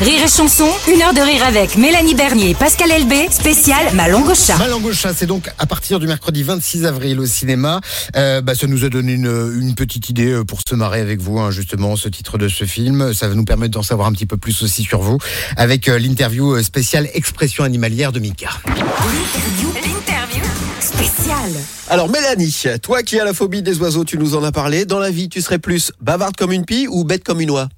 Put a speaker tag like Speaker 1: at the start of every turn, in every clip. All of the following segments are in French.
Speaker 1: Rire et chanson, une heure de rire avec Mélanie Bernier et Pascal Elbé, spécial Ma langue au chat.
Speaker 2: Malangosha, c'est donc à partir du mercredi 26 avril au cinéma. Euh, bah, ça nous a donné une, une petite idée euh, pour se marrer avec vous, hein, justement, ce titre de ce film. Ça va nous permettre d'en savoir un petit peu plus aussi sur vous, avec euh, l'interview euh, spéciale Expression animalière de Mika.
Speaker 1: L'interview, l'interview spéciale.
Speaker 3: Alors Mélanie, toi qui as la phobie des oiseaux, tu nous en as parlé. Dans la vie, tu serais plus bavarde comme une pie ou bête comme une oie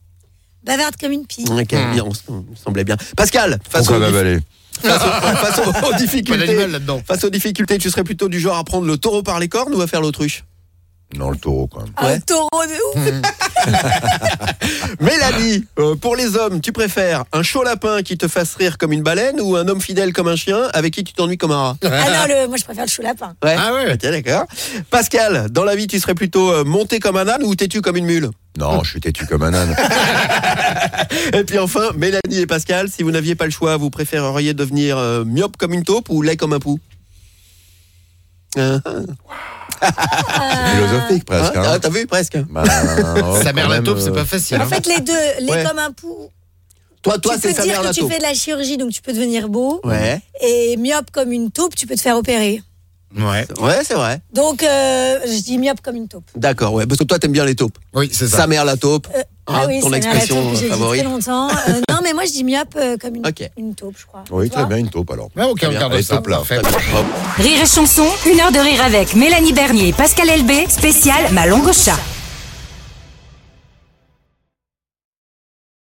Speaker 4: Bavarde comme une pie.
Speaker 3: Ok, bien, on s- on semblait bien. Pascal, face,
Speaker 5: Pourquoi
Speaker 3: aux, dif-
Speaker 5: m'avaler
Speaker 3: face aux- face aux- aux difficultés,
Speaker 2: d'animal là-dedans.
Speaker 3: face aux difficultés, tu serais plutôt du genre à prendre le taureau par les cornes ou à faire l'autruche
Speaker 5: Non, le taureau, quand même.
Speaker 3: Ouais.
Speaker 4: Un taureau de ouf.
Speaker 3: Mélanie, euh, pour les hommes, tu préfères un chaud lapin qui te fasse rire comme une baleine ou un homme fidèle comme un chien avec qui tu t'ennuies comme un rat
Speaker 4: Ah non, le, moi je préfère le chou lapin.
Speaker 5: Eh.
Speaker 3: Ouais.
Speaker 2: Ah ouais.
Speaker 3: Ok, d'accord. Pascal, dans la vie, tu serais plutôt euh, monté comme un âne ou têtu comme une mule
Speaker 5: Non, je suis têtu comme un âne.
Speaker 3: Et puis enfin, Mélanie et Pascal, si vous n'aviez pas le choix, vous préféreriez devenir euh, myope comme une taupe ou laid comme un pou Hein
Speaker 5: Philosophique, presque.
Speaker 3: Hein
Speaker 5: hein.
Speaker 3: Ah, T'as vu presque.
Speaker 5: Bah, ouais,
Speaker 2: Sa mère
Speaker 5: quand
Speaker 2: la
Speaker 5: même,
Speaker 2: taupe, c'est
Speaker 5: euh,
Speaker 2: pas facile.
Speaker 4: En
Speaker 2: hein.
Speaker 4: fait, les deux, les
Speaker 3: Ouais.
Speaker 4: comme un pou.
Speaker 3: Toi, toi,
Speaker 4: tu
Speaker 3: c'est
Speaker 4: peux
Speaker 3: sa
Speaker 4: dire
Speaker 3: mère
Speaker 4: que
Speaker 3: la
Speaker 4: tu
Speaker 3: taupe.
Speaker 4: fais de la chirurgie, donc tu peux devenir beau.
Speaker 3: Ouais,
Speaker 4: Et myope comme une taupe, tu peux te faire opérer.
Speaker 2: Ouais.
Speaker 3: ouais, c'est vrai.
Speaker 4: Donc, euh, je dis myope comme une taupe.
Speaker 3: D'accord, ouais, parce que toi, t'aimes bien les taupes.
Speaker 2: Oui, c'est ça.
Speaker 3: Sa mère la taupe.
Speaker 4: Euh,
Speaker 3: hein, ton
Speaker 4: ça m'a la taupe,
Speaker 3: expression
Speaker 4: j'ai dit
Speaker 3: favorite.
Speaker 4: très longtemps. Euh, non, mais moi je dis myope euh, comme une,
Speaker 3: Ok.
Speaker 4: une taupe, je crois.
Speaker 5: Oui, très
Speaker 2: Hein
Speaker 4: Toi
Speaker 5: bien, une taupe alors.
Speaker 2: Ouais, Ah, ok, on garde
Speaker 5: Allez,
Speaker 2: ça,
Speaker 5: taupe, là.
Speaker 2: parfait.
Speaker 1: Rire et chanson, une heure de rire avec Mélanie Bernier et Pascal Elbé, spécial Ma langue au chat.